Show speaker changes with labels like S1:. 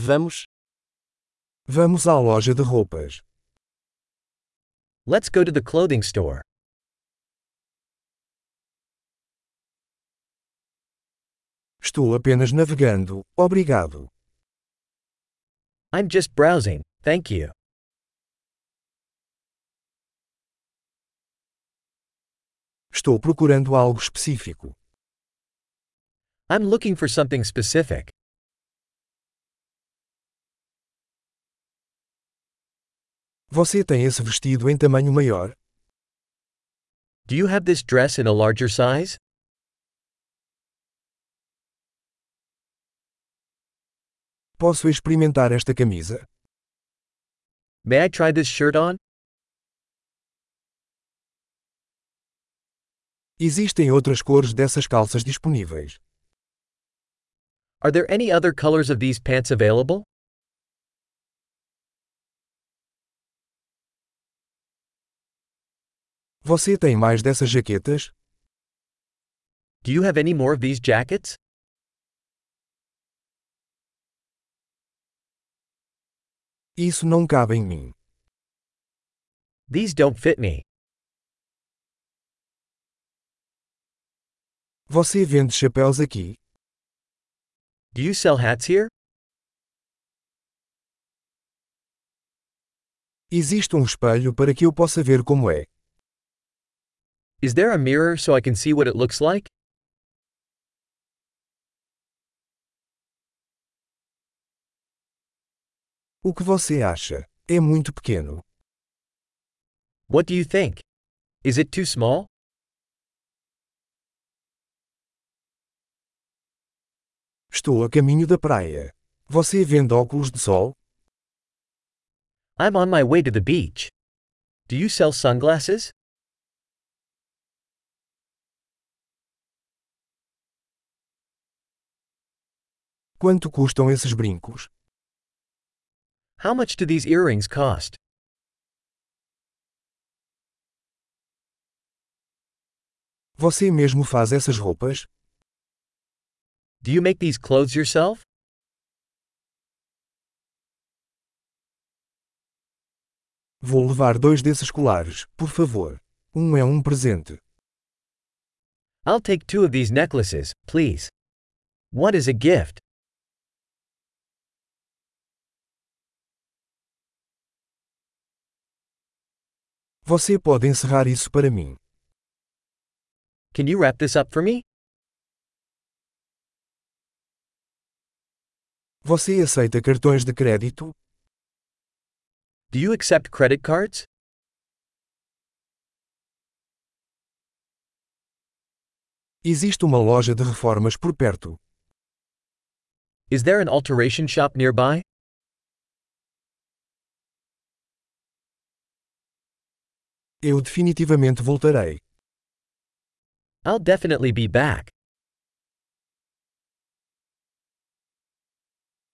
S1: Vamos.
S2: Vamos à loja de roupas.
S1: Let's go to the clothing store.
S2: Estou apenas navegando, obrigado.
S1: I'm just browsing, thank you.
S2: Estou procurando algo específico.
S1: I'm looking for something specific.
S2: Você tem esse vestido em tamanho maior?
S1: Do you have this dress in a larger size?
S2: Posso experimentar esta camisa?
S1: May I try this shirt on?
S2: Existem outras cores dessas calças disponíveis.
S1: Are there any other colors of these pants available?
S2: Você tem mais dessas jaquetas?
S1: Do you have any more of these jackets?
S2: Isso não cabe em mim.
S1: These don't fit me.
S2: Você vende chapéus aqui?
S1: Do you sell hats here?
S2: Existe um espelho para que eu possa ver como é.
S1: Is there a mirror so I can see what it looks like?
S2: O que você acha? É muito pequeno.
S1: What do you think? Is it too small?
S2: Estou a caminho da praia. Você vende óculos de sol?
S1: I'm on my way to the beach. Do you sell sunglasses?
S2: Quanto custam esses brincos?
S1: How much do these earrings cost?
S2: Você mesmo faz essas roupas?
S1: Do you make these clothes yourself?
S2: Vou levar dois desses colares, por favor. Um é um presente.
S1: I'll take two of these necklaces, please. What is a gift?
S2: Você pode encerrar isso para mim.
S1: Can you wrap this up for me?
S2: Você aceita cartões de crédito?
S1: Do you accept credit cards?
S2: Existe uma loja de reformas por perto.
S1: Is there an alteration shop nearby?
S2: Eu definitivamente voltarei.
S1: I'll definitely be back.